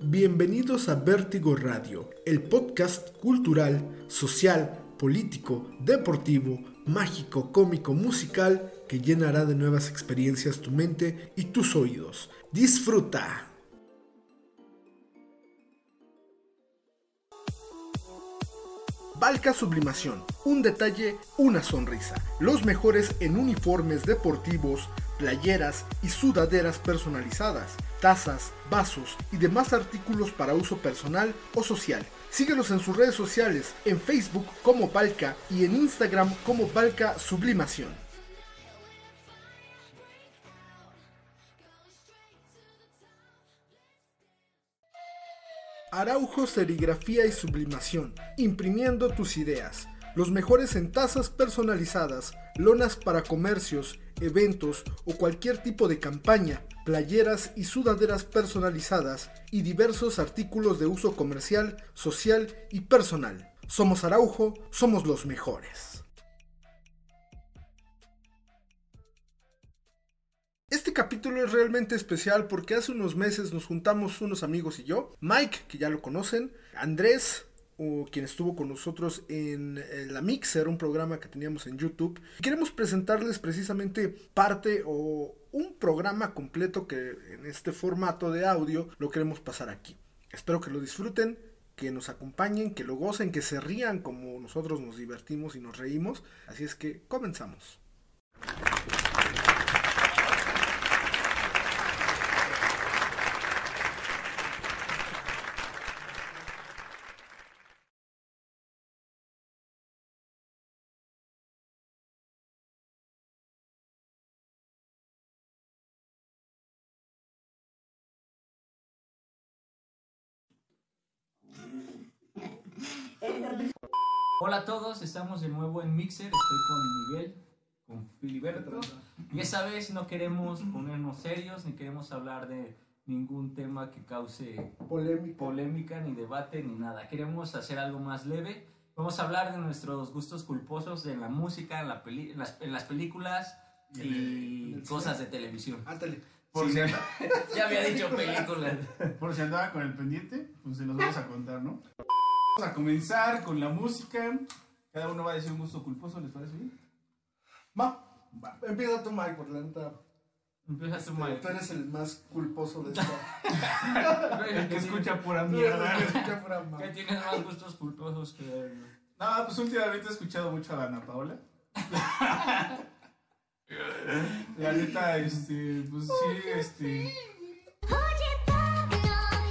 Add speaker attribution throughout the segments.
Speaker 1: Bienvenidos a Vértigo Radio, el podcast cultural, social, político, deportivo, mágico, cómico, musical que llenará de nuevas experiencias tu mente y tus oídos. ¡Disfruta! Valka Sublimación, un detalle, una sonrisa. Los mejores en uniformes deportivos, playeras y sudaderas personalizadas, tazas, vasos y demás artículos para uso personal o social. Síguenos en sus redes sociales, en Facebook como Valka y en Instagram como Valka Sublimación. Araujo Serigrafía y Sublimación, imprimiendo tus ideas. Los mejores en tazas personalizadas, lonas para comercios, eventos o cualquier tipo de campaña, playeras y sudaderas personalizadas y diversos artículos de uso comercial, social y personal. Somos Araujo, somos los mejores. Este capítulo es realmente especial porque hace unos meses nos juntamos unos amigos y yo, Mike, que ya lo conocen, Andrés, o quien estuvo con nosotros en eh, la Mixer, un programa que teníamos en YouTube. Y queremos presentarles precisamente parte o un programa completo que en este formato de audio lo queremos pasar aquí. Espero que lo disfruten, que nos acompañen, que lo gocen, que se rían como nosotros nos divertimos y nos reímos. Así es que comenzamos.
Speaker 2: Hola a todos, estamos de nuevo en Mixer, estoy con Miguel, con Filiberto, y esta vez no queremos ponernos serios, ni queremos hablar de ningún tema que cause
Speaker 1: Polémica.
Speaker 2: polémica, ni debate, ni nada. Queremos hacer algo más leve, vamos a hablar de nuestros gustos culposos, de la música, en, la peli- en las, en las películas
Speaker 3: En
Speaker 2: y
Speaker 3: el- en el
Speaker 2: cosas de televisión.
Speaker 1: Ándale.
Speaker 3: Por,
Speaker 2: Sí.
Speaker 3: si
Speaker 2: Ya había dicho películas.
Speaker 3: por si andaba con el pendiente, pues se los vamos a contar, ¿no? Vamos a comenzar con la música. Cada uno va a decir un gusto culposo, ¿les parece bien?
Speaker 1: Va,
Speaker 3: Va.
Speaker 1: empieza tú, Mike, por la neta.
Speaker 2: Empieza tu
Speaker 1: Tú
Speaker 2: madre.
Speaker 1: eres el más culposo de esta.
Speaker 3: El que escucha pura
Speaker 1: Tú eres el
Speaker 3: mierda.
Speaker 1: que escucha pura
Speaker 2: Que
Speaker 1: madre.
Speaker 2: tienes más gustos culposos que...
Speaker 3: No, pues últimamente he escuchado mucho a Ana Paola. La neta, este, pues sí, este.
Speaker 4: Oye, Pablo,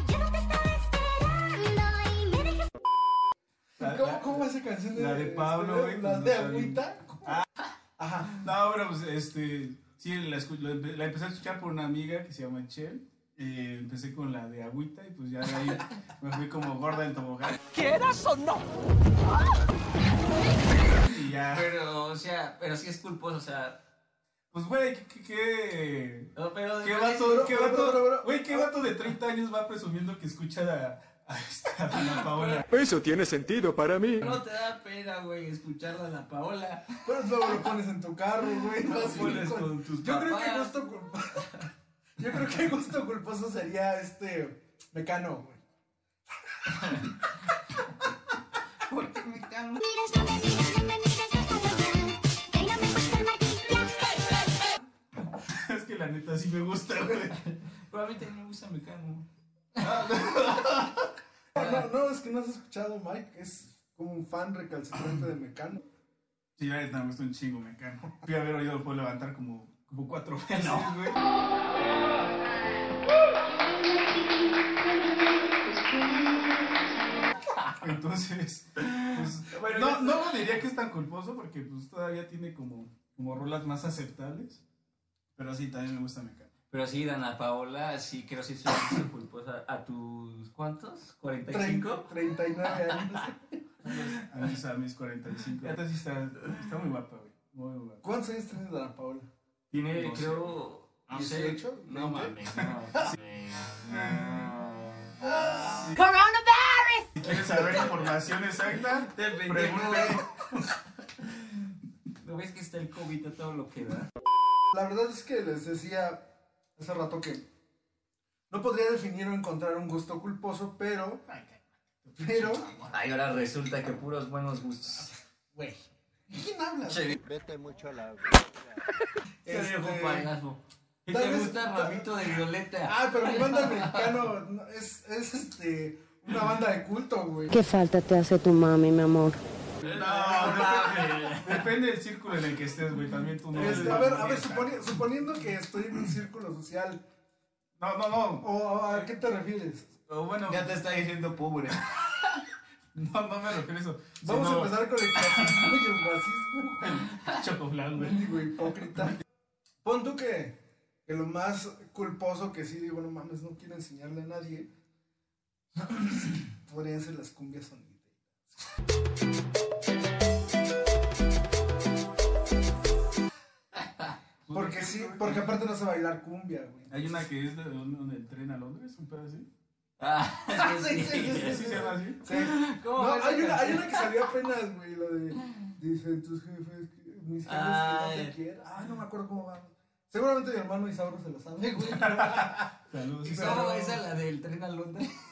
Speaker 4: yo no te estaba esperando y me dejaste
Speaker 3: la-
Speaker 1: ¿Cómo,
Speaker 3: la-
Speaker 1: cómo va esa canción de,
Speaker 3: la de Pablo, güey,
Speaker 1: La
Speaker 3: pues,
Speaker 1: de
Speaker 3: no sabe.
Speaker 1: agüita.
Speaker 3: Ajá. No, bueno, pues este. Sí, la, escu- la empe- la empecé a escuchar por una amiga que se llama Chel. Eh, empecé con la de agüita y pues ya de ahí me fui como gorda en tobogán.
Speaker 5: quieras o no.
Speaker 3: Y ya.
Speaker 2: Pero, o sea, pero sí es culposo, o sea.
Speaker 3: Pues, güey, ¿qué, qué,
Speaker 2: no, Pero
Speaker 3: qué, qué
Speaker 1: Pero,
Speaker 3: vato, qué
Speaker 1: pero, pero, pero.
Speaker 3: vato, güey, qué vato de 30 años va presumiendo que escucha a, a, esta Ana Paola?
Speaker 6: Eso tiene sentido para mí.
Speaker 2: No te da pena, güey, escucharla a la Paola.
Speaker 1: Pero luego lo pones en tu carro, güey.
Speaker 3: No
Speaker 1: vas
Speaker 3: pones
Speaker 1: con-
Speaker 3: con tus
Speaker 1: Yo creo que
Speaker 2: papás.
Speaker 1: gusto culposo. Yo creo que gusto culposo sería este. Mecano, güey.
Speaker 2: Porque me cambia.
Speaker 4: miras, no me miras, no me miras, no estás allá, que no me gusta el maquillaje.
Speaker 3: Es que la neta sí me gusta, güey.
Speaker 2: Pero a mí también me gusta Mecano.
Speaker 1: No,
Speaker 3: Ah.
Speaker 1: no, no, es que no has escuchado, Mike. Es como un fan recalcitrante de Mecano.
Speaker 3: Sí, la neta me gusta un chingo, me encanta. Fui a ver oído, puedo levantar como, como cuatro veces, güey. Entonces, pues,
Speaker 2: Bueno,
Speaker 3: no, no lo diría que es tan culposo porque pues todavía tiene como, como rolas más aceptables. Pero sí, también me gusta Mecano.
Speaker 2: Pero sí, Dana Paola, sí creo que sí es culposa. ¿A tus cuántos?
Speaker 1: Trein-
Speaker 2: ¿45?
Speaker 1: 39 años.
Speaker 3: A mis, a mis 45. La neta sí está, está muy guapa, güey. Muy guapa.
Speaker 1: ¿Cuántos años tienes, Dana Paola?
Speaker 2: Tiene,
Speaker 3: No sé.
Speaker 2: creo. No sé.
Speaker 1: 18,
Speaker 2: No
Speaker 1: 20.
Speaker 2: mames, no. no.
Speaker 3: Si quieres saber información exacta,
Speaker 2: Te pendejo.
Speaker 3: pregúntale.
Speaker 2: ¿No ves que está el COVID a todo lo que da?
Speaker 1: La verdad es que les decía hace rato que
Speaker 7: No podría definir o encontrar un gusto culposo, pero.
Speaker 3: Ay, cállate,
Speaker 7: Pero.
Speaker 2: Ay, ahora resulta que puros buenos gustos.
Speaker 3: Güey.
Speaker 7: ¿Quién habla?
Speaker 2: Che,
Speaker 8: Vete mucho a la...
Speaker 2: te
Speaker 7: Este,
Speaker 2: dejo palazo. ¿Qué
Speaker 7: tal
Speaker 2: te
Speaker 7: vez-
Speaker 2: gusta Ramito de Violeta?
Speaker 7: Ah, pero mi banda mexicano no, es, es este. Una banda de culto, güey.
Speaker 9: ¿Qué falta te hace tu mami, mi amor?
Speaker 3: No, depende, depende del círculo en el que estés, güey. También tú no.
Speaker 7: Este, a ver, a ver, suponi- suponiendo que estoy en un círculo social,
Speaker 3: No, no, no.
Speaker 7: o ¿a qué te refieres?
Speaker 3: O bueno,
Speaker 2: te está diciendo pobre.
Speaker 3: no, no me refiero a eso.
Speaker 7: Vamos
Speaker 3: sino
Speaker 7: a empezar con el clasismo y el racismo, güey.
Speaker 3: Chocoflan, güey.
Speaker 7: Mendigo hipócrita. Pon tú que, que lo más culposo que sí digo, no mames, no quiero enseñarle a nadie. Podrían ser las cumbias sonidas.
Speaker 3: Pues,
Speaker 7: Porque sí, porque aparte no sé bailar cumbia, güey.
Speaker 3: Hay una que es de un- un- del tren a Londres, un pedo así.
Speaker 2: Ah,
Speaker 7: Sí, sí, sí,
Speaker 3: ¿Sí se llama así?
Speaker 7: Sí.
Speaker 2: ¿Cómo
Speaker 7: No,
Speaker 2: ves
Speaker 7: hay
Speaker 2: esa
Speaker 7: una, hay
Speaker 2: canción?
Speaker 7: una que salió apenas, güey, la de. Dicen tus jefes, que- mis jefes que no
Speaker 2: Ay.
Speaker 7: te quieren. Ay, no me acuerdo cómo va. Seguramente mi hermano Isauro se la sabe, güey.
Speaker 3: Saludos.
Speaker 2: ¿Y
Speaker 7: Pero-
Speaker 2: cómo esa la del tren a Londres?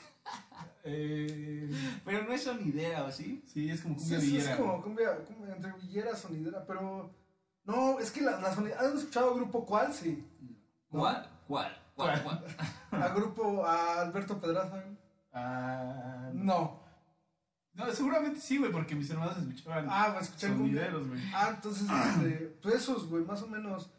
Speaker 3: Eh,
Speaker 2: Pero no es sonidera, ¿o sí?
Speaker 3: sí, es como
Speaker 7: Sí,
Speaker 3: cumbia
Speaker 7: eso es
Speaker 3: villera,
Speaker 7: como
Speaker 3: güey.
Speaker 7: cumbia, cumbia entre villera, sonidera, pero. No, es que la, la sonidera. ¿Han escuchado a Grupo Cual? Sí.
Speaker 2: ¿Cuál? ¿Cuál? ¿Cuál? ¿Cuál?
Speaker 7: ¿A Grupo a Alberto Pedraza?
Speaker 3: Ah, no.
Speaker 7: No.
Speaker 3: No, seguramente sí, güey, porque mis hermanos escuchaban
Speaker 7: Ah, va a escuchar cumbia.
Speaker 3: sonideros, güey.
Speaker 7: Ah, entonces, este, pues esos, güey, más o menos.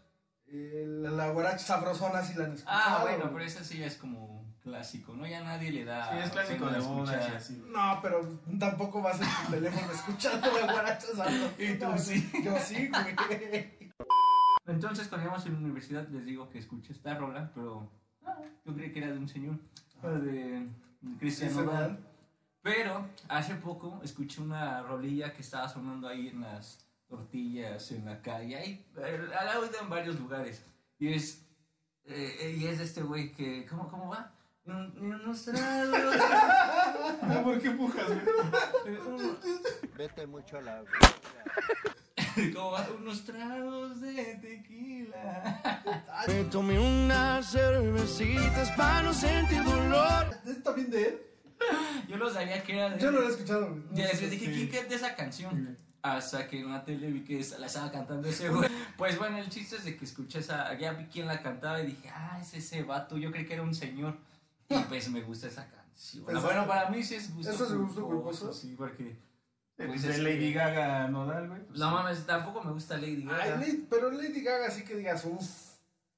Speaker 7: eh, la, la guaracha sabrosona sí la han escuchado.
Speaker 2: Ah, bueno, pero
Speaker 7: güey.
Speaker 2: esa sí ya es como un clásico, ¿no? Ya nadie le da.
Speaker 7: Ah,
Speaker 3: Sí, es clásico
Speaker 2: pena
Speaker 3: de boda y
Speaker 2: escuchar.
Speaker 3: así, güey.
Speaker 7: No, pero tampoco vas en tu teléfono escuchando la guaracha sabrosona.
Speaker 2: Y tú sí.
Speaker 7: Yo sí, güey.
Speaker 2: Entonces, cuando íbamos en la universidad, les digo que escuché esta rola, pero ah, yo creí que era de un señor, era de Cristian
Speaker 7: Ese
Speaker 2: Nodal.
Speaker 7: man.
Speaker 2: Pero hace poco escuché una rolilla que estaba sonando ahí en las tortillas, en la calle, ahí, eh, al lado de en varios lugares. Y es, eh, eh, y es de este güey que, ¿cómo, cómo va? Un- unos tragos,
Speaker 3: Ah, ¿Por qué pujas, güey?
Speaker 2: eh, un-
Speaker 8: Vete mucho a la...
Speaker 2: ¿cómo va? Unos tragos de tequila.
Speaker 7: Ay,
Speaker 8: tomé unas cervecitas para no sentir dolor.
Speaker 7: ¿Es también de él?
Speaker 2: Yo no sabía que era de
Speaker 7: Yo no lo he escuchado. güey.
Speaker 2: Ya
Speaker 7: No
Speaker 2: después
Speaker 7: sé.
Speaker 2: dije, ¿quién canta esa canción? Hasta que en la tele vi que esa- la estaba cantando ese güey. Pues bueno, el chiste es de que escuché esa, ya vi quién la cantaba y dije, ah, es ese vato, yo creí que era un señor. Y pues me gusta esa canción.
Speaker 7: Pues,
Speaker 2: bueno, para mí sí es gusto
Speaker 7: ¿eso es gusto culposo?
Speaker 2: Sí, porque...
Speaker 3: Pues
Speaker 2: Pues
Speaker 3: de
Speaker 2: es
Speaker 3: Lady
Speaker 2: que-
Speaker 3: Gaga a Nodal, güey. pues,
Speaker 2: No mames, tampoco me gusta Lady
Speaker 7: Ay,
Speaker 2: Gaga.
Speaker 7: Lady- pero Lady Gaga sí que digas, uff.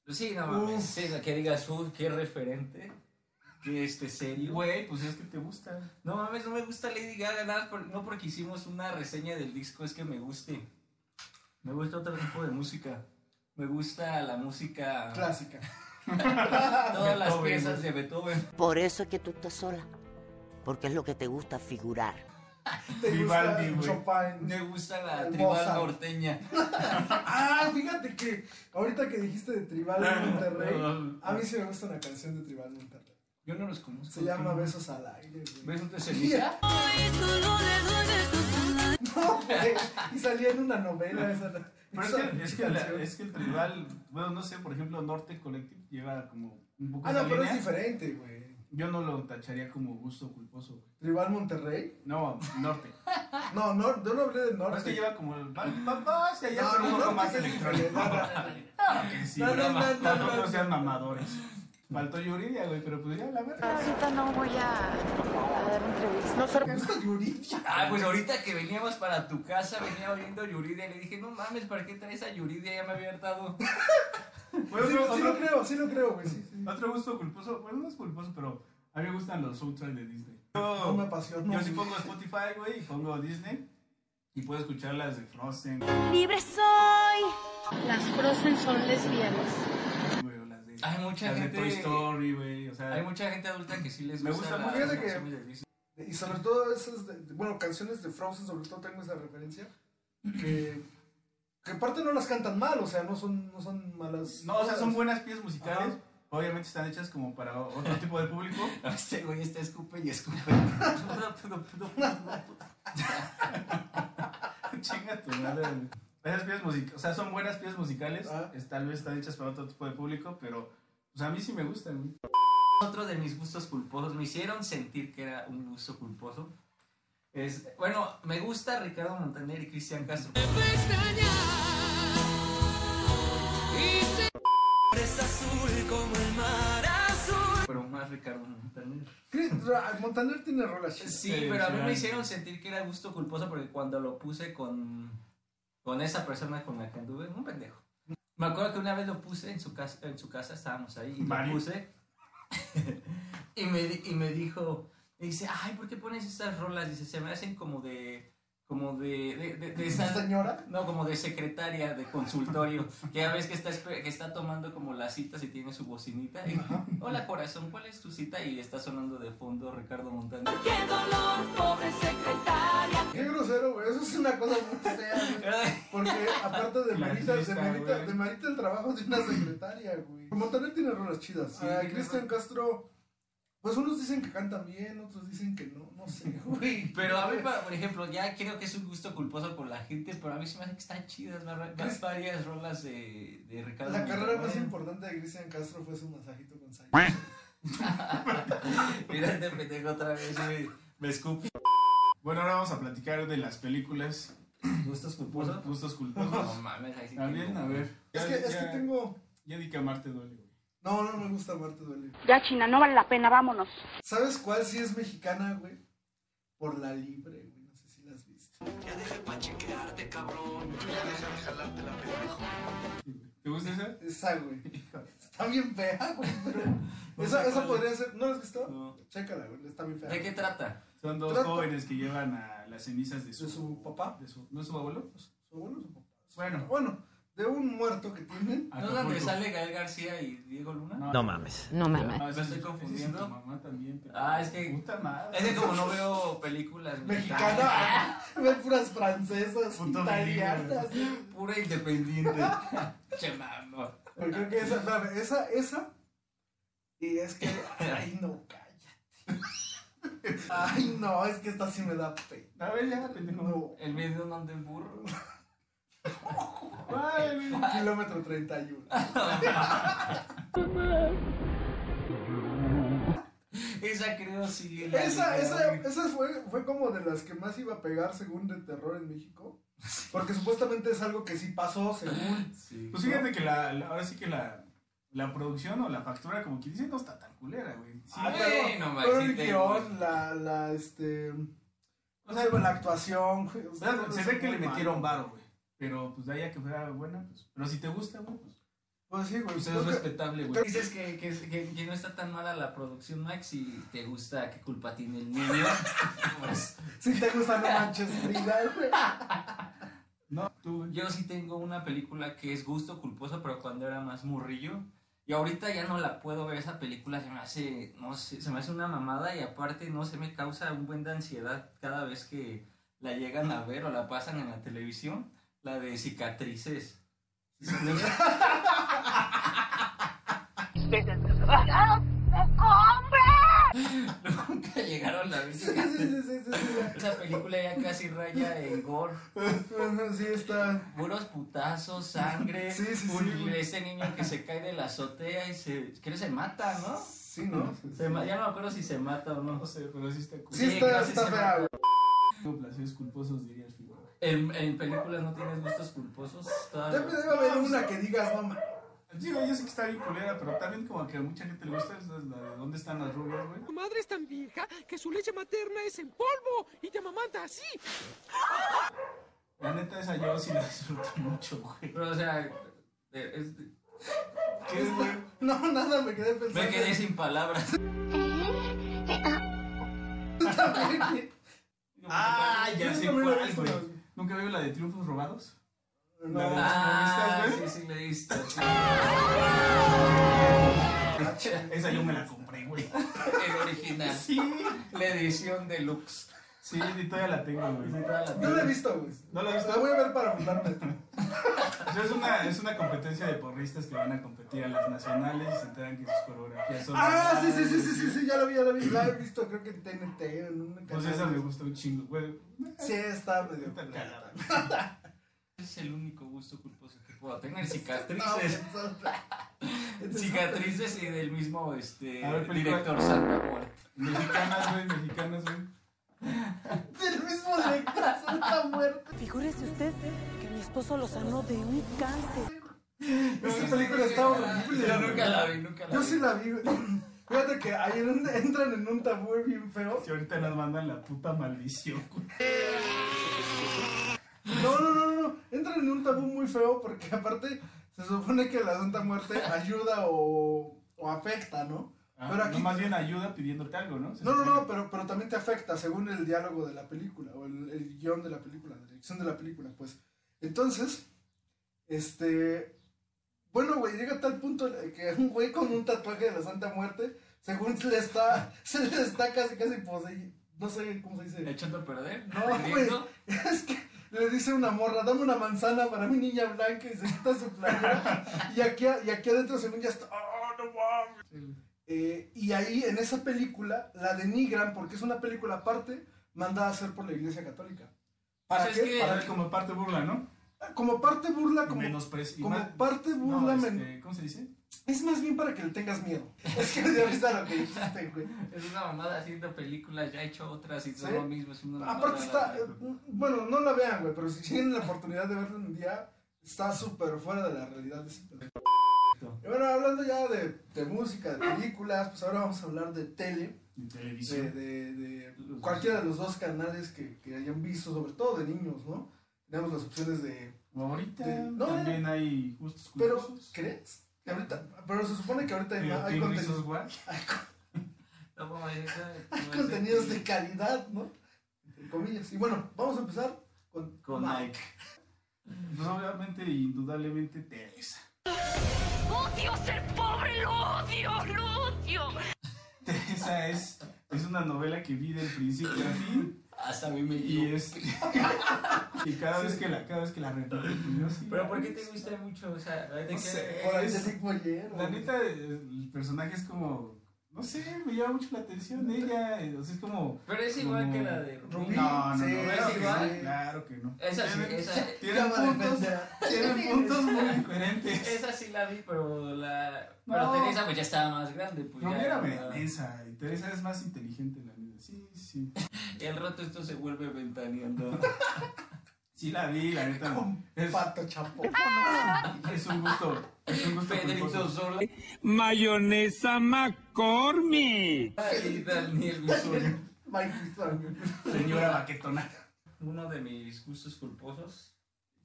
Speaker 2: Pues Sí, no mames,
Speaker 7: Uf.
Speaker 2: sí, la que digas, uff, qué referente. Que este serio.
Speaker 3: Güey, pues es que te gusta.
Speaker 2: No mames, no me gusta Lady Gaga, nada más por- no porque hicimos una reseña del disco, es que me guste. Me gusta otro tipo de música. Me gusta la música,
Speaker 7: Clásica.
Speaker 2: todas las
Speaker 3: Beethoven,
Speaker 2: piezas
Speaker 3: güey.
Speaker 2: de Beethoven.
Speaker 10: Por eso es que tú estás sola. Porque es lo que te gusta figurar.
Speaker 7: Te
Speaker 3: Vivaldi,
Speaker 7: gusta
Speaker 3: güey.
Speaker 7: Chopin.
Speaker 2: Me gusta la
Speaker 7: Hermosa.
Speaker 2: tribal norteña.
Speaker 7: Ah, fíjate que ahorita que dijiste de Tribal de Monterrey,
Speaker 3: Ah, no.
Speaker 7: a mí sí me gusta una canción de Tribal Monterrey.
Speaker 2: Yo no los conozco.
Speaker 7: Se llama Besos al aire, güey.
Speaker 2: ¿Besos de
Speaker 3: ¿eh?
Speaker 2: ceniza?
Speaker 7: No, güey. Y salía en una novela esa.
Speaker 3: Pero es
Speaker 7: esa
Speaker 3: que, es, que la-
Speaker 7: canción.
Speaker 3: es que el tribal, bueno, no sé, por ejemplo, Norte Collective lleva como un poco
Speaker 7: Ah,
Speaker 3: esa
Speaker 7: no, pero es
Speaker 3: línea.
Speaker 7: diferente, güey.
Speaker 3: Yo no lo tacharía como gusto culposo, güey.
Speaker 7: Tribal Monterrey.
Speaker 3: No, Norte.
Speaker 7: No, no, yo no hablé de
Speaker 3: No,
Speaker 7: norte.
Speaker 3: es que lleva como el... Va, va- va hacia allá,
Speaker 7: No,
Speaker 3: pero
Speaker 7: no,
Speaker 3: un
Speaker 7: no,
Speaker 3: poco más
Speaker 7: es
Speaker 3: electrónico.
Speaker 7: diferente.
Speaker 3: Claro que sí,
Speaker 7: No, no,
Speaker 3: güey.
Speaker 7: no, no,
Speaker 3: Tampoco
Speaker 7: no, no.
Speaker 3: sean mamadores. Faltó Yuridia, güey, pero pues ya la verga.
Speaker 11: no voy a, dar entrevistas. No
Speaker 7: Me gusta Yuridia.
Speaker 2: Ah, pues ahorita que veníamos para tu casa, venía oyendo Yuridia y le dije, no mames, ¿para qué traes a Yuridia? Ya me había hartado.
Speaker 3: Bueno,
Speaker 7: sí,
Speaker 3: otro,
Speaker 7: sí lo
Speaker 3: otro-
Speaker 7: creo, sí lo creo, güey. Sí, sí.
Speaker 3: otro gusto culposo, bueno, no es culposo, pero a mí me gustan los soundtracks de Disney. Yo-
Speaker 7: No me
Speaker 3: Oh.
Speaker 7: apasionó.
Speaker 3: Yo sí pongo Spotify, güey, y pongo Disney. Y puedo escuchar las de Frozen,
Speaker 12: Libre soy.
Speaker 11: Las Frozen son lesbianas.
Speaker 3: güey, o las de,
Speaker 2: Hay mucha
Speaker 3: las
Speaker 2: gente-
Speaker 3: de Toy Story, güey. O sea,
Speaker 2: Hay mucha gente adulta que sí les
Speaker 3: Me
Speaker 2: gusta.
Speaker 3: gusta
Speaker 2: las
Speaker 3: mucho.
Speaker 7: Fíjate que-
Speaker 2: canciones de Disney.
Speaker 7: Y sobre todo esas, de- de- bueno, canciones de Frozen, sobre todo tengo esa referencia, que, que aparte no las cantan mal, o sea, no son, no son malas.
Speaker 3: no, o sea, son
Speaker 7: todas.
Speaker 3: buenas piezas musicales.
Speaker 7: Ajá.
Speaker 3: Obviamente están hechas como para otro tipo de público.
Speaker 2: Este güey está escupe y escupe.
Speaker 3: Chinga tu madre, güey. Esas piezas musicales, o sea, son buenas piezas musicales.
Speaker 7: Ah.
Speaker 3: es- tal vez están hechas para otro tipo de público, pero pues a mí sí me gustan, güey.
Speaker 2: otro de mis gustos culposos, me hicieron sentir que era un gusto culposo. Es, bueno, me gusta Ricardo Montaner y Cristian Castro. Pero más Ricardo Montaner.
Speaker 1: Cri- Ra- Montaner tiene relación.
Speaker 2: Sí, pero a mí me hicieron sentir que era gusto culposo porque cuando lo puse con, con esa persona con la que anduve, un pendejo. Me acuerdo que una vez lo puse en su casa, en su casa estábamos ahí, y lo
Speaker 3: Mario.
Speaker 2: puse. y, me, di- y me dijo, me dice, ay, ¿por qué pones estas rolas? Dice, se me hacen como de, como de, de, de, de esa-
Speaker 7: señora?
Speaker 2: no, como de secretaria de consultorio, que ya ves que está, espe- que está tomando como las citas y tiene su bocinita. y, Hola corazón, ¿cuál es tu cita? Y está sonando de fondo Ricardo Montaner.
Speaker 7: Qué grosero, güey. Eso es una cosa muy fea, güey. Porque aparte de
Speaker 3: La
Speaker 7: Marita, de
Speaker 3: artista,
Speaker 7: Marita,
Speaker 3: güey.
Speaker 7: de Marita el trabajo de una secretaria, güey. Montaner tiene rolas chidas.
Speaker 3: Sí,
Speaker 7: Ah,
Speaker 3: tiene
Speaker 7: Cristian Castro, pues unos dicen que cantan bien, otros dicen que no, no sé, güey.
Speaker 2: Pero a mí, pa- por ejemplo, ya creo que es un gusto culposo por la gente, pero a mí se me hace que están chidas var- var- varias rolas de, de Ricardo
Speaker 7: La
Speaker 2: Montaner.
Speaker 7: carrera más importante de Cristian Castro fue su masajito con Sayo.
Speaker 2: Mira este pendejo otra vez, güey. Me escupe.
Speaker 3: Bueno, ahora vamos a platicar de las películas
Speaker 2: ¿Gustos culposos?
Speaker 3: gustos
Speaker 2: No
Speaker 3: culposos.
Speaker 2: mames, ahí sí
Speaker 3: También,
Speaker 2: tengo.
Speaker 3: a ver.
Speaker 7: Es que, es que
Speaker 3: Ya-
Speaker 7: tengo...
Speaker 3: Ya di que amarte duele, güey.
Speaker 7: No, no me gusta Marte Duele.
Speaker 11: Ya, China, no vale la pena, vámonos.
Speaker 7: ¿Sabes cuál sí es mexicana, güey? Por la libre, güey. No sé si las viste.
Speaker 3: ¿Te gusta esa?
Speaker 7: Esa, güey. Está bien fea, güey. Pero esa, esa podría ser. ¿No la has visto?
Speaker 2: No.
Speaker 7: Chécala, güey. Está bien fea.
Speaker 2: ¿De qué trata?
Speaker 3: Son dos
Speaker 7: Trata-
Speaker 3: jóvenes que llevan a las cenizas de su,
Speaker 7: ¿De su papá?
Speaker 3: de su- ¿No es su abuelo?
Speaker 7: ¿Su abuelo o su papá?
Speaker 3: Bueno.
Speaker 7: Bueno, de un muerto que tienen.
Speaker 2: ¿No es donde
Speaker 3: Acapulco.
Speaker 2: sale Gael García y Diego Luna?
Speaker 3: No mames.
Speaker 10: No mames.
Speaker 2: Me estoy confundiendo.
Speaker 3: mamá también. pero-
Speaker 2: Ah, es que-
Speaker 3: Puta madre.
Speaker 2: Es que como no veo películas mexicanas,
Speaker 7: Mexicana. Ven puras francesas,
Speaker 3: Puto
Speaker 7: italianas.
Speaker 2: pura independiente. che, mamón.
Speaker 7: Yo creo que esa, espérame, esa, esa. Y es que. Ay, no, cállate. Ay, no, es que esta sí me da pena.
Speaker 3: A ver, ya, pendejo.
Speaker 7: No.
Speaker 2: El video no anda en burro.
Speaker 3: Ay, güey.
Speaker 7: Kilómetro 31.
Speaker 2: Esa creo sí. la
Speaker 7: Esa,
Speaker 2: vi,
Speaker 7: esa,
Speaker 2: güey.
Speaker 7: esa fue, fue como de las que más iba a pegar según de terror en México. Porque supuestamente es algo que sí pasó
Speaker 2: Ah,
Speaker 7: según.
Speaker 2: Sí.
Speaker 3: Pues fíjate que la, la- ahora sí que la, la producción o la factura, como quien dice, no está tan culera, güey. Sí,
Speaker 7: Ah,
Speaker 2: güey, no mames,
Speaker 7: pero
Speaker 2: sí
Speaker 7: el
Speaker 2: te-
Speaker 7: guión, la, la, este. O sea, la actuación. güey, o sea,
Speaker 3: se
Speaker 7: es
Speaker 3: ve que
Speaker 7: muy
Speaker 3: le
Speaker 7: malo.
Speaker 3: metieron varo, güey. Pero pues de ahí a que fuera buena, pues. Pero si te gusta, güey, pues.
Speaker 7: Pues sí, güey.
Speaker 3: pues,
Speaker 7: creo
Speaker 3: es
Speaker 7: que-
Speaker 3: respetable, güey.
Speaker 2: Dices que, que- que- que no está tan mala la producción, Max, si te gusta qué culpa tiene el niño. Pues,
Speaker 7: Si te gusta, no manches, Frida, güey.
Speaker 3: No, tú, güey.
Speaker 2: yo sí tengo una película que es gusto culposo, pero cuando era más murrillo. Y ahorita ya no la puedo ver, esa película se me hace, no sé, se me hace una mamada y aparte no se me causa un buen de ansiedad cada vez que la llegan a ver o la pasan en la televisión, la de cicatrices. Nunca llegaron a ver
Speaker 7: Sí, sí,
Speaker 2: cicatrices.
Speaker 7: sí, sí, sí, sí.
Speaker 2: Esa película ya casi raya en gore.
Speaker 7: Ajá, Sí, está.
Speaker 2: Puros putazos, sangre.
Speaker 7: Sí, sí,
Speaker 2: un-
Speaker 7: sí, güey.
Speaker 2: Ese niño que se cae de la azotea y se. Creo que se mata, ¿no?
Speaker 7: Sí, ¿no?
Speaker 2: Se ma- ya no me acuerdo si se mata o no.
Speaker 3: No sé, pero sí está culera.
Speaker 7: Sí,
Speaker 2: Sí,
Speaker 7: está,
Speaker 2: no sé
Speaker 7: está
Speaker 2: si
Speaker 7: fea, güey.
Speaker 3: Tengo placeres culposos, diría el figura.
Speaker 2: En, en películas no tienes gustos culposos. todavía.
Speaker 7: Debe, debe haber una que digas, no, man.
Speaker 3: Sí, güey, yo sé que está bien culera, pero también como que a mucha gente le gusta es la de dónde están las rubias, güey.
Speaker 5: Tu madre es tan vieja que su leche materna es en polvo y te amamanta así.
Speaker 3: La neta, esa yo sí la disfruto mucho, güey.
Speaker 2: Pero, o sea. eh, es-
Speaker 3: ¿Qué es, güey?
Speaker 7: No, nada, me quedé pensando.
Speaker 2: me quedé sin palabras.
Speaker 4: Eh,
Speaker 3: Ah, ya
Speaker 7: Yo
Speaker 3: sé
Speaker 7: también la he
Speaker 3: cuál,
Speaker 7: visto,
Speaker 3: güey.
Speaker 7: güey.
Speaker 3: ¿Nunca veo la de triunfos robados?
Speaker 7: No,
Speaker 3: La de-
Speaker 2: Ah,
Speaker 3: ¿Viste,
Speaker 2: sí, sí,
Speaker 3: güey?
Speaker 2: le diste.
Speaker 3: Esa yo me la compré, güey.
Speaker 2: El original. La edición deluxe.
Speaker 3: Sí, y todavía la tengo, güey.
Speaker 2: Toda la-
Speaker 7: no la he visto, güey.
Speaker 3: ¿No la he
Speaker 7: La
Speaker 3: visto?
Speaker 7: voy a ver para juntarme.
Speaker 3: O sea, es, una, es una competencia de porristas que van a competir a las nacionales y se enteran que sus coreografías son.
Speaker 7: Ah, sí, sí, sí, sí, sí, sí, ya la vi, ya la vi. La he visto, creo que en TNT, en un
Speaker 3: Pues esa me gusta un chingo, güey.
Speaker 7: Sí, está medio.
Speaker 3: Puta cara,
Speaker 2: Es el único gusto culposo que Bueno, tengan
Speaker 7: pues, Ah,
Speaker 2: cicatrices. cicatrices y del mismo este,
Speaker 3: A ver, película.
Speaker 2: director Santa Muerte.
Speaker 3: Mexicanas, güey, mexicanas, güey.
Speaker 7: Del mismo director, Santa Muerte.
Speaker 10: Figúrese usted que mi esposo lo sanó de un cáncer.
Speaker 7: Esa película está horrible.
Speaker 2: Yo nunca la vi, nunca la
Speaker 7: Yo
Speaker 2: vi.
Speaker 7: sí la vi. güey. Fíjate que ahí en- entran en un tabú bien feo.
Speaker 3: Si ahorita nos mandan la puta maldición, güey.
Speaker 7: No, no, no, no, no. Entran en un tabú muy feo porque aparte se supone que la Santa Muerte ayuda o, o afecta, ¿no?
Speaker 3: Ah,
Speaker 7: Pero aquí-
Speaker 3: no, más bien ayuda pidiéndote algo, ¿no? Se
Speaker 7: No, no,
Speaker 3: supone.
Speaker 7: no, pero, pero también te afecta según el diálogo de la película o el, el guión de la película, la dirección de la película, pues. Entonces, este... Bueno, güey, llega a tal punto que un güey con un tatuaje de la Santa Muerte, según se le está, se le está casi, casi posey... No sé cómo se dice.
Speaker 2: Echando a perder.
Speaker 7: No, güey.
Speaker 2: perdiendo.
Speaker 7: Es que le dice una morra, dame una manzana para mi niña blanca y se quita su playera. y, aquí, a- y aquí adentro según ya está. "Ah, no mames". Eh, y ahí en esa película la denigran porque es una película aparte mandada a hacer por la iglesia católica. ¿Para
Speaker 2: Pues es
Speaker 7: qué?
Speaker 2: que-
Speaker 7: Para
Speaker 3: Para ver, como parte burla, ¿no?
Speaker 7: que- como parte burla, eh, como,
Speaker 3: Menosprecio. y
Speaker 7: como
Speaker 3: mal-
Speaker 7: parte burla.
Speaker 3: no,
Speaker 7: men-
Speaker 3: este, ¿Cómo se dice?
Speaker 7: Es más bien para que le tengas miedo. Es que me dio risa lo que dijiste, güey.
Speaker 2: Es una mamada haciendo películas, ya he hecho otras y son
Speaker 7: Sí.
Speaker 2: lo mismo. Es una mamada.
Speaker 7: Aparte está, eh, bueno, no la vean, güey, pero si tienen la oportunidad de verla un día, está súper fuera de la realidad. ese pedo. Y bueno, hablando ya de, de música, de películas, pues ahora vamos a hablar de tele,
Speaker 3: En televisión.
Speaker 7: de, de- de cualquiera de los dos canales que, que hayan visto, sobre todo de niños, ¿no? Tenemos las opciones de...
Speaker 3: O ahorita
Speaker 7: de- no,
Speaker 3: también hay gustos
Speaker 7: Pero,
Speaker 3: curiosos.
Speaker 7: ¿crees? Que ahorita, pero se supone que ahorita hay,
Speaker 3: Pero
Speaker 7: ma- hay
Speaker 3: Teen
Speaker 7: contenido-
Speaker 3: Reasons Why.
Speaker 2: No, como esa-
Speaker 7: hay
Speaker 2: como
Speaker 7: contenidos
Speaker 2: ese-
Speaker 7: de calidad, ¿no? Entre comillas. Y bueno, vamos a empezar con,
Speaker 2: Con Mike.
Speaker 3: Pues obviamente, indudablemente, Televisa.
Speaker 4: ¡Odio ser pobre! ¡Lo odio! ¡Lo odio!
Speaker 3: Televisa es, es una novela que vi del principio a fin.
Speaker 2: Hasta a mí me
Speaker 3: Y
Speaker 2: dio.
Speaker 3: es. y cada vez que la, cada vez que la repito, pues, yo sí,
Speaker 2: Pero ¿por qué
Speaker 3: ay,
Speaker 2: te gusta mucho? O sea, ¿de qué?
Speaker 3: No sé.
Speaker 7: Por
Speaker 3: Es-
Speaker 7: Angelique Boyer.
Speaker 3: La
Speaker 7: o-
Speaker 3: neta, el personaje es como. No sé, me llama mucho la atención de ella. eh, O sea, es como.
Speaker 2: Pero es igual
Speaker 3: como-
Speaker 2: que la de Rubí.
Speaker 3: No, no,
Speaker 7: Sí,
Speaker 3: no.
Speaker 2: ¿es
Speaker 3: Claro que
Speaker 2: igual?
Speaker 3: no, claro que no.
Speaker 2: Esa sí,
Speaker 3: Tienen-
Speaker 2: esa-
Speaker 3: Tienen
Speaker 7: Cámara de
Speaker 3: puntos,
Speaker 7: defensa.
Speaker 3: tienen puntos muy diferentes.
Speaker 2: Esa sí la vi, pero la.
Speaker 3: No.
Speaker 2: Pero Teresa pues ya estaba más grande. Pues
Speaker 3: Rubí
Speaker 2: ya
Speaker 3: era
Speaker 2: era-
Speaker 3: mensa. y Teresa es más inteligente, la neta. Sí, sí.
Speaker 2: Y al rato esto se vuelve ventaneando.
Speaker 3: Sí, la vi, la neta. Es,
Speaker 7: Pato Chapo.
Speaker 3: es un gusto. Es un gusto.
Speaker 2: Pedrito
Speaker 3: culposo.
Speaker 2: Sola
Speaker 5: Mayonesa McCormick.
Speaker 2: y Daniel Bisoño.
Speaker 7: Mike Pistone.
Speaker 3: Señora Baquetona.
Speaker 2: uno de mis gustos culposos,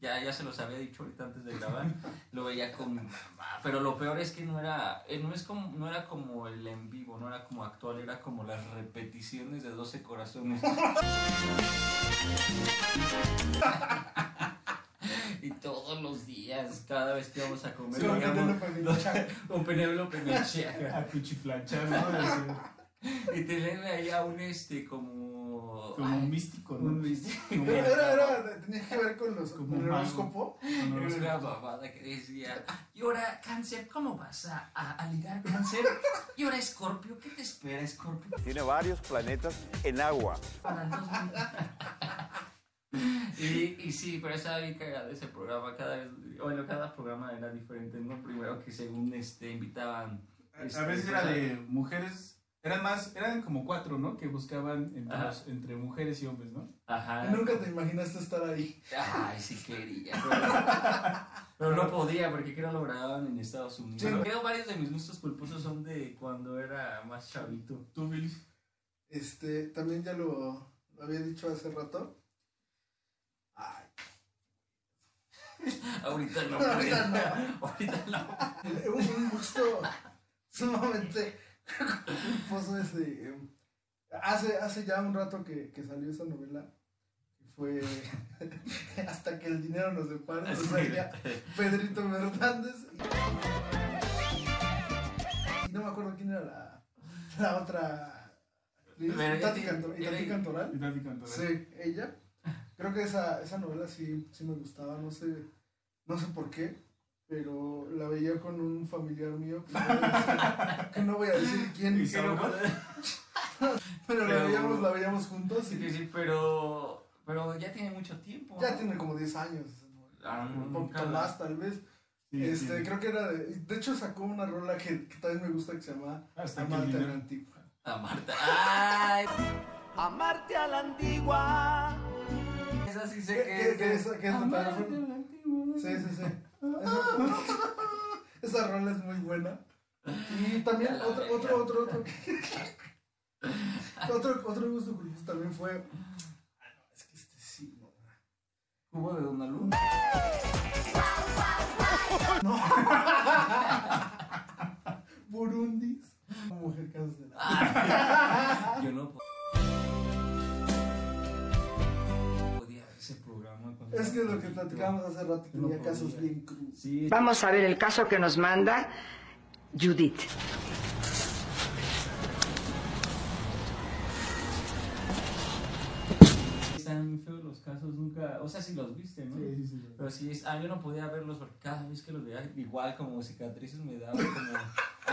Speaker 2: ya, ya se los había dicho ahorita antes de grabar, lo veía con mi mamá, pero lo peor es que no era, eh, no, es como, no era como el en vivo, no era como actual, era como las repeticiones de 12 corazones. y todos los días, cada vez que íbamos a comer,
Speaker 7: Con
Speaker 2: veíamos-
Speaker 7: Penélope Menchaca.
Speaker 2: con Penélope Menchaca.
Speaker 3: A cuchiflachar, ¿no?
Speaker 2: Y tenían ahí a un este como...
Speaker 3: Como un místico, ¿no?
Speaker 2: un místico.
Speaker 7: Era, era, era- tenía que ver con los
Speaker 3: Como
Speaker 7: con el
Speaker 3: mago.
Speaker 7: horóscopo.
Speaker 3: Como
Speaker 2: Era
Speaker 3: los-
Speaker 2: una babada que decía, "Ah, y ahora cáncer, ¿cómo vas a, a, a ligar cáncer? Y ahora escorpio, ¿qué te espera escorpio?
Speaker 6: Tiene varios planetas en agua.
Speaker 2: Para el 2000". y, y sí, pero estaba bien cagado ese programa, cada vez, bueno, cada programa era diferente, ¿no? Primero que según este, invitaban... este,
Speaker 3: A a veces era de mujeres. Eran más, eran como cuatro, ¿no? Que buscaban entre,
Speaker 2: Ajá.
Speaker 3: los- entre mujeres y hombres, ¿no?
Speaker 2: Ajá.
Speaker 7: Nunca te imaginaste estar ahí.
Speaker 2: Ay, sí quería. pero- Pero no podía porque creo lo grababan en Estados Unidos.
Speaker 7: Sí.
Speaker 2: Creo varios de mis gustos culposos son de cuando era más chavito.
Speaker 3: Tú, Billy.
Speaker 7: Este, también ya lo, lo había dicho hace rato. Ay,
Speaker 2: Ahorita no.
Speaker 7: No, ahorita
Speaker 2: creo. Ahorita no.
Speaker 7: el- un, un gusto sumamente culposo ese. eh, Hace, hace ya un rato que, que salió esa novela. que Fue hasta que el dinero nos separe. o sea, ya- Pedrito Fernández. Y no me acuerdo quién era la, la otra. actriz.
Speaker 2: Pero ya
Speaker 7: Tati
Speaker 2: tiene-
Speaker 7: Cantor- y
Speaker 2: era-
Speaker 7: Tati Cantoral.
Speaker 3: Y Tati Cantoral.
Speaker 7: Sí, ella. Creo que esa, esa novela sí, sí me gustaba, no sé, no sé por qué, pero la veía con un familiar mío que no voy a decir, que no voy a decir quién,
Speaker 3: Y Sauron.
Speaker 7: pero la
Speaker 2: Pero-
Speaker 7: veíamos, la veíamos juntos
Speaker 2: Sí, que
Speaker 7: y
Speaker 2: sí, pero. Pero ya tiene mucho tiempo.
Speaker 7: ya
Speaker 2: ¿no?
Speaker 7: tiene como 10 años. esa novela.
Speaker 2: Ah, no,
Speaker 7: Pop
Speaker 2: nunca la-
Speaker 7: Tomás, tal vez.
Speaker 3: Sí,
Speaker 7: este,
Speaker 3: sí.
Speaker 7: creo que era de. De hecho, sacó una rola que, que también me gusta que se llama
Speaker 3: Hasta Ah, que el
Speaker 7: Amarte a la
Speaker 3: dinero-
Speaker 7: Antigua.
Speaker 2: A Marta. ¡Ay!
Speaker 6: Amarte a la antigua.
Speaker 2: Esa sí
Speaker 7: Que,
Speaker 2: sé que
Speaker 7: que,
Speaker 2: es.
Speaker 7: que
Speaker 2: de-
Speaker 7: es, que es de teléfono. Sí, sí, sí. Esa, esa rola es muy buena. Y también
Speaker 2: Ya la
Speaker 7: otro,
Speaker 2: verga.
Speaker 7: otro, otro, otro. otro, otro gusto curioso también fue. Ah, no, es que este sí, no.
Speaker 2: Cubo de Don Luz.
Speaker 7: Burundis. Mujer cancelada.
Speaker 2: Yo no po- podía ver ese programa. cuando
Speaker 7: Es que
Speaker 2: era
Speaker 7: lo que
Speaker 2: chiquito.
Speaker 7: platicábamos hace rato
Speaker 2: Yo no
Speaker 7: tenía casos
Speaker 2: podía.
Speaker 7: bien crudos.
Speaker 2: Sí,
Speaker 10: Vamos a ver el caso que nos manda Judith.
Speaker 2: están muy feos los casos. Nunca. O sea, si los viste, ¿no?
Speaker 3: Sí, sí, sí.
Speaker 2: Pero sí, es, ah, yo no podía verlos porque cada vez que los veía, igual como cicatrices me daban como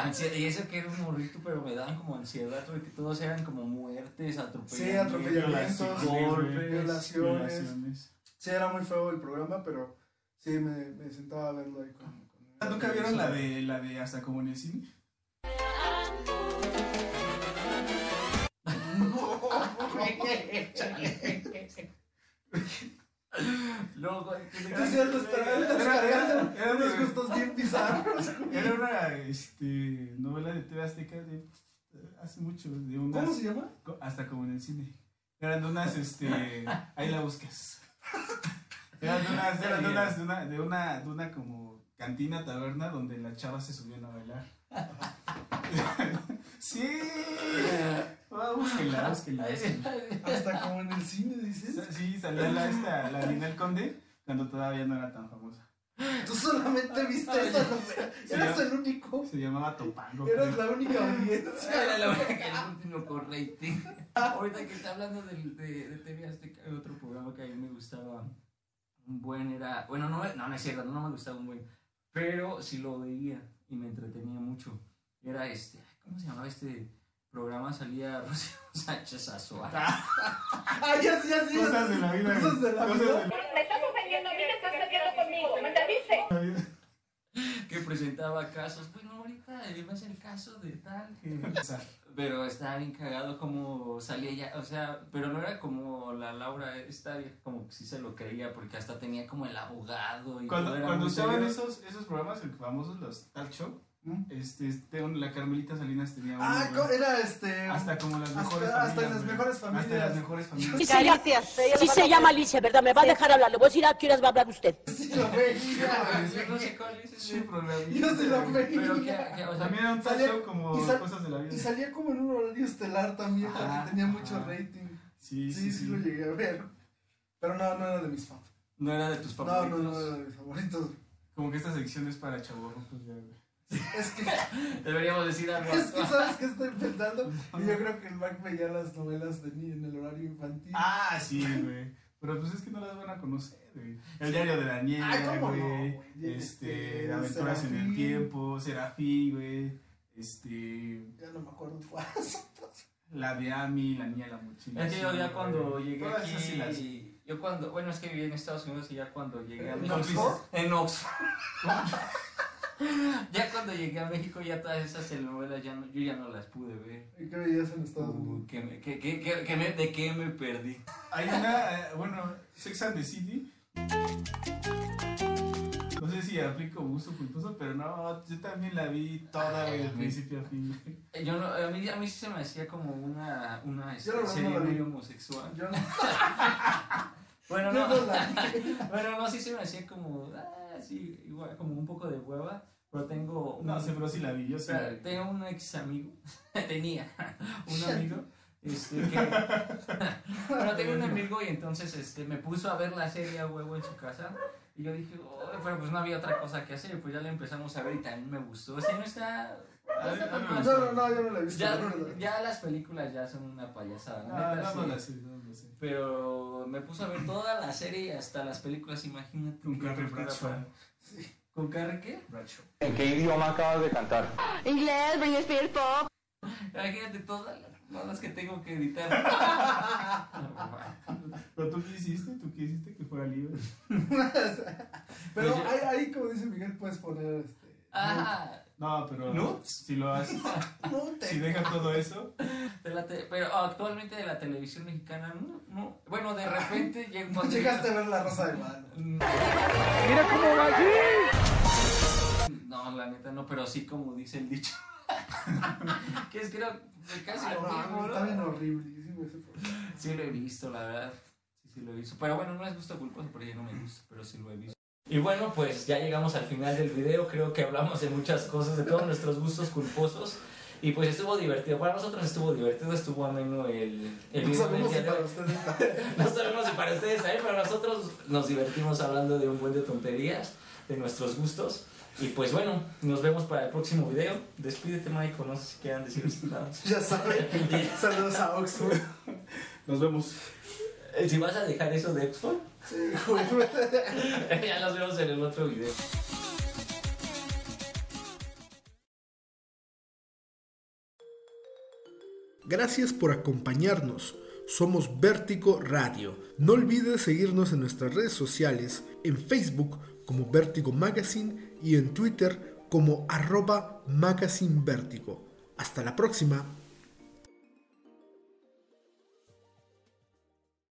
Speaker 2: ansiedad. Y eso que era un morrito, pero me daban como ansiedad porque todos eran como muertes,
Speaker 7: Sí,
Speaker 2: atropellamientos.
Speaker 7: atropellamientos,
Speaker 3: Golpes,
Speaker 7: violaciones.
Speaker 3: Relaciones.
Speaker 7: Sí, era muy feo el programa, pero sí me, me sentaba a verlo ahí con. con-
Speaker 3: Ah, ¿Nunca vieron la de, la de hasta como en el cine?
Speaker 2: Luego, güey, que te-
Speaker 7: Sí, sí, él está- él está descargando.
Speaker 3: Era- era-
Speaker 7: Eran unos gustos bien bizarros.
Speaker 3: Era una este, novela de TV Azteca de eh, hace mucho, de unas,
Speaker 7: ¿Cómo se llama?
Speaker 3: co- hasta como en el cine. Eran de unas, este, ahí la buscas. Eran de unas, eran de unas, de una, de una, de una como cantina taberna donde las chavas se subían a bailar. sí. Ah, búsquenla, búsquenla, búsquenla.
Speaker 7: Hasta como en el cine, dices.
Speaker 3: Sí, salió la, esta, la Ninel Conde cuando todavía no era tan famosa.
Speaker 7: Tú solamente viste eso, o sea, eras
Speaker 3: Sí.
Speaker 7: el único.
Speaker 3: Se llamaba Topango.
Speaker 7: Eras
Speaker 3: creo.
Speaker 7: la única audiencia.
Speaker 2: Era la verdad que era último con rating. Ahorita que está hablando del- de, de TV Azteca, hay otro programa que a mí me gustaba un buen, era. Bueno, no, no, no es cierto, no me gustaba un buen. Pero sí lo veía y me entretenía mucho. Era este. ay, ¿Cómo se llamaba este programa? Salía Rocío Sánchez Azuara.
Speaker 7: Ah, ya, sí, ya, sí. ya
Speaker 3: Cosas
Speaker 7: sí.
Speaker 3: de la vida.
Speaker 7: Cosas de la vida.
Speaker 11: Me estás ofendiendo a mí, te estás metiendo conmigo. ¿Me entendiste?
Speaker 2: Que presentaba casos. Bueno, ahorita eh, va a ser el caso de tal que. Pero estaba bien cagado como salía ella, o sea, pero no era como la Laura, esta vieja como que sí se lo creía, porque hasta tenía como el abogado y todo
Speaker 3: Cuando,
Speaker 2: era
Speaker 3: cuando
Speaker 2: muy
Speaker 3: usaban
Speaker 2: serio.
Speaker 3: esos, esos programas el famosos, los talk show,
Speaker 7: ¿Mm?
Speaker 3: este, este, un- la Carmelita Salinas tenía uno,
Speaker 7: Ah,
Speaker 3: güey.
Speaker 7: co- era este.
Speaker 3: hasta como las
Speaker 7: hasta-
Speaker 3: mejores
Speaker 7: hasta
Speaker 3: familias.
Speaker 7: en las
Speaker 3: güey.
Speaker 7: mejores
Speaker 3: Hasta en
Speaker 7: familias.
Speaker 3: las mejores familias.
Speaker 10: Sí, se llama- sí se llama Alicia, ¿verdad? Me va a dejar hablar. Le voy a decir a qué horas va a hablar usted.
Speaker 7: Sí, lo veía.
Speaker 2: Yo no sé cuál es
Speaker 3: Sí,
Speaker 2: ese
Speaker 3: programita,
Speaker 7: Yo sí lo
Speaker 3: güey.
Speaker 2: Pero que,
Speaker 7: veía.
Speaker 2: que, o sea,
Speaker 3: También era un talk
Speaker 7: Salía-
Speaker 3: show como
Speaker 7: y sal-
Speaker 3: cosas de la
Speaker 7: Y
Speaker 3: vida.
Speaker 7: salía como en un horario estelar también, porque
Speaker 3: Ajá,
Speaker 7: tenía mucho
Speaker 3: ajá.
Speaker 7: rating.
Speaker 3: Sí,
Speaker 7: Sí, sí, lo llegué a ver. Pero no, no era de mis fans.
Speaker 2: no era de tus
Speaker 7: No,
Speaker 2: favoritos.
Speaker 7: no, no era de mis favoritos.
Speaker 3: Como que esta sección es para chavorrucos ya, güey.
Speaker 7: Es que,
Speaker 2: Deberíamos decir algo.
Speaker 7: es que ¿sabes qué estoy pensando? Y yo creo que el Mac veía las novelas de ni- en el horario infantil.
Speaker 3: Ah, sí, güey. Pero pues es que no las van a conocer, güey. El diario de Daniela,
Speaker 7: Ay, ¿cómo no,
Speaker 3: güey.
Speaker 7: güey?
Speaker 3: este,
Speaker 7: Este,
Speaker 3: Aventuras en
Speaker 7: Serafín.
Speaker 3: el Tiempo, Serafí, güey. Este,
Speaker 7: Ya no me acuerdo cuál.
Speaker 3: la de Ami, la niña de la mochila.
Speaker 2: Es que yo
Speaker 3: azul,
Speaker 2: ya cuando
Speaker 3: güey.
Speaker 2: llegué
Speaker 3: Todas esas sí las-
Speaker 2: aquí, yo cuando, bueno, es que viví en Estados Unidos y ya cuando llegué a
Speaker 7: ¿En
Speaker 2: México,
Speaker 7: Oxford?
Speaker 2: en Oxford, ya cuando llegué a México ya todas esas telenovelas ya no, yo ya no las pude ver.
Speaker 7: ¿Y qué veías en Estados
Speaker 2: Uh,
Speaker 7: Unidos?
Speaker 2: que me- que- que- que- que me- ¿De qué me perdí?
Speaker 3: Hay una, eh, bueno, Sex and the City. No sé si aplico gusto culposo, pero no, yo también la vi toda, güey, de principio a fin. güey.
Speaker 2: Eh, Yo no, a, mí, a mí sí se me hacía como una, una este,
Speaker 7: Yo la verdad
Speaker 2: serie
Speaker 7: no la vi.
Speaker 2: muy homosexual.
Speaker 7: Yo no,
Speaker 2: Bueno,
Speaker 7: yo
Speaker 2: no,
Speaker 7: no la vi.
Speaker 2: bueno, no, sí se me hacía como, ah, sí, igual, como un poco de hueva, pero tengo... un-
Speaker 3: No sé, pero sí la vi, yo sí la
Speaker 2: Espera,
Speaker 3: vi.
Speaker 2: tengo un ex amigo, tenía un amigo, este, que, bueno, tenía un amigo y entonces, este, me puso a ver la serie a huevo en su casa y yo dije, "Oh", pero pues no había otra cosa que hacer, pues ya la empezamos a ver y también me gustó, o sea, no está...
Speaker 3: A ver, a ver,
Speaker 7: No, no, no, yo no la he visto.
Speaker 2: Ya,
Speaker 7: yo no la vi.
Speaker 2: ya las películas ya son una payasada, la
Speaker 3: Ah,
Speaker 2: neta,
Speaker 3: no,
Speaker 2: sí.
Speaker 3: no la sé, no la sé.
Speaker 2: Pero me puse a ver toda la serie y hasta las películas, imagínate.
Speaker 3: Con
Speaker 2: qué
Speaker 3: Carrie
Speaker 2: cultura
Speaker 3: Bradshaw.
Speaker 2: para- ¿Con Carrie qué?
Speaker 3: Bracho.
Speaker 6: ¿En qué idioma acabas de cantar?
Speaker 10: Inglés, Britney Spears, pop.
Speaker 2: Imagínate todas las, todas las que tengo que editar.
Speaker 3: Pero tú quisiste, tú quisiste que fuera libre.
Speaker 7: Pero
Speaker 2: Pues yo-
Speaker 7: ahí, ahí, como dice Miguel, puedes poner este.
Speaker 2: Ah,
Speaker 3: No, pero.
Speaker 2: ¿No?
Speaker 3: Si lo haces,
Speaker 7: No te.
Speaker 3: si deja todo eso.
Speaker 2: de la te- pero actualmente de la televisión mexicana, no, no. Bueno, de repente llega un
Speaker 7: No llegaste a ver la rosa de Guadalupe.
Speaker 5: ¡Mira cómo va allí!
Speaker 2: No, la neta no, pero sí como dice el dicho. que es que era casi
Speaker 7: Ay,
Speaker 2: lo
Speaker 7: no,
Speaker 2: mismo,
Speaker 7: está
Speaker 2: ¿no?
Speaker 7: bien horrible. ese programa.
Speaker 2: Sí lo he visto, la verdad. Sí, sí lo he visto. Pero bueno, no es gusto culposo porque ya no me gusta, pero sí lo he visto. Y bueno, pues ya llegamos al final del video. Creo que hablamos de muchas cosas, de todos nuestros gustos culposos. Y pues estuvo divertido. Para nosotros estuvo divertido, estuvo ameno el, el
Speaker 7: No
Speaker 2: video del
Speaker 7: sabemos si
Speaker 2: día de
Speaker 7: para
Speaker 2: hoy.
Speaker 7: ustedes está.
Speaker 2: No sabemos si para ustedes también, pero nosotros nos divertimos hablando de un buen de tonterías, de nuestros gustos. Y pues bueno, nos vemos para el próximo video. Despídete, Michael. No sé si quieran decir nada.
Speaker 7: Ya saben. Saludos a Oxford.
Speaker 3: Nos vemos.
Speaker 2: Eh, Si vas a dejar eso de Oxford,
Speaker 7: Sí, güey.
Speaker 2: ya nos vemos en el otro video.
Speaker 1: Gracias por acompañarnos. Somos Vértigo Radio. No olvides seguirnos en nuestras redes sociales, en Facebook como Vértigo Magazine y en Twitter como arroba Magazine Vértigo. Hasta la próxima.